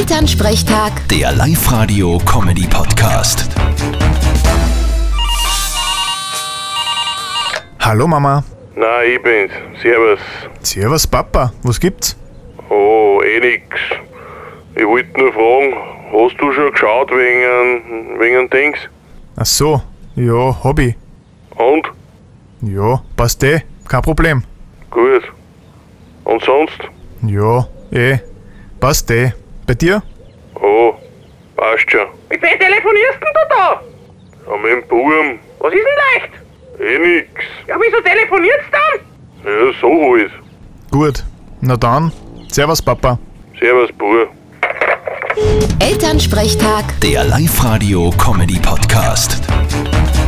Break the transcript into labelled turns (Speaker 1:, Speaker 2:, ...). Speaker 1: Elternsprechtag,
Speaker 2: Der Live-Radio-Comedy-Podcast.
Speaker 3: Hallo Mama.
Speaker 4: Na, ich bin's. Servus.
Speaker 3: Servus Papa, was gibt's?
Speaker 4: Oh, eh nix. Ich wollte nur fragen, hast du schon geschaut wegen, wegen Dings?
Speaker 3: Ach so, ja, hab ich.
Speaker 4: Und?
Speaker 3: Ja, passt eh, kein Problem.
Speaker 4: Gut. Und sonst?
Speaker 3: Ja, eh, passt eh. Bei dir?
Speaker 4: Oh, passt schon.
Speaker 5: Mit wem telefonierst denn du da?
Speaker 4: Ja, mit dem Buben.
Speaker 5: Was ist denn leicht?
Speaker 4: Eh nix.
Speaker 5: Ja, wieso telefoniert's dann?
Speaker 4: Ja, so halt.
Speaker 3: Gut. Na dann, servus Papa.
Speaker 4: Servus, Bub.
Speaker 1: Elternsprechtag.
Speaker 2: Der Live-Radio-Comedy-Podcast.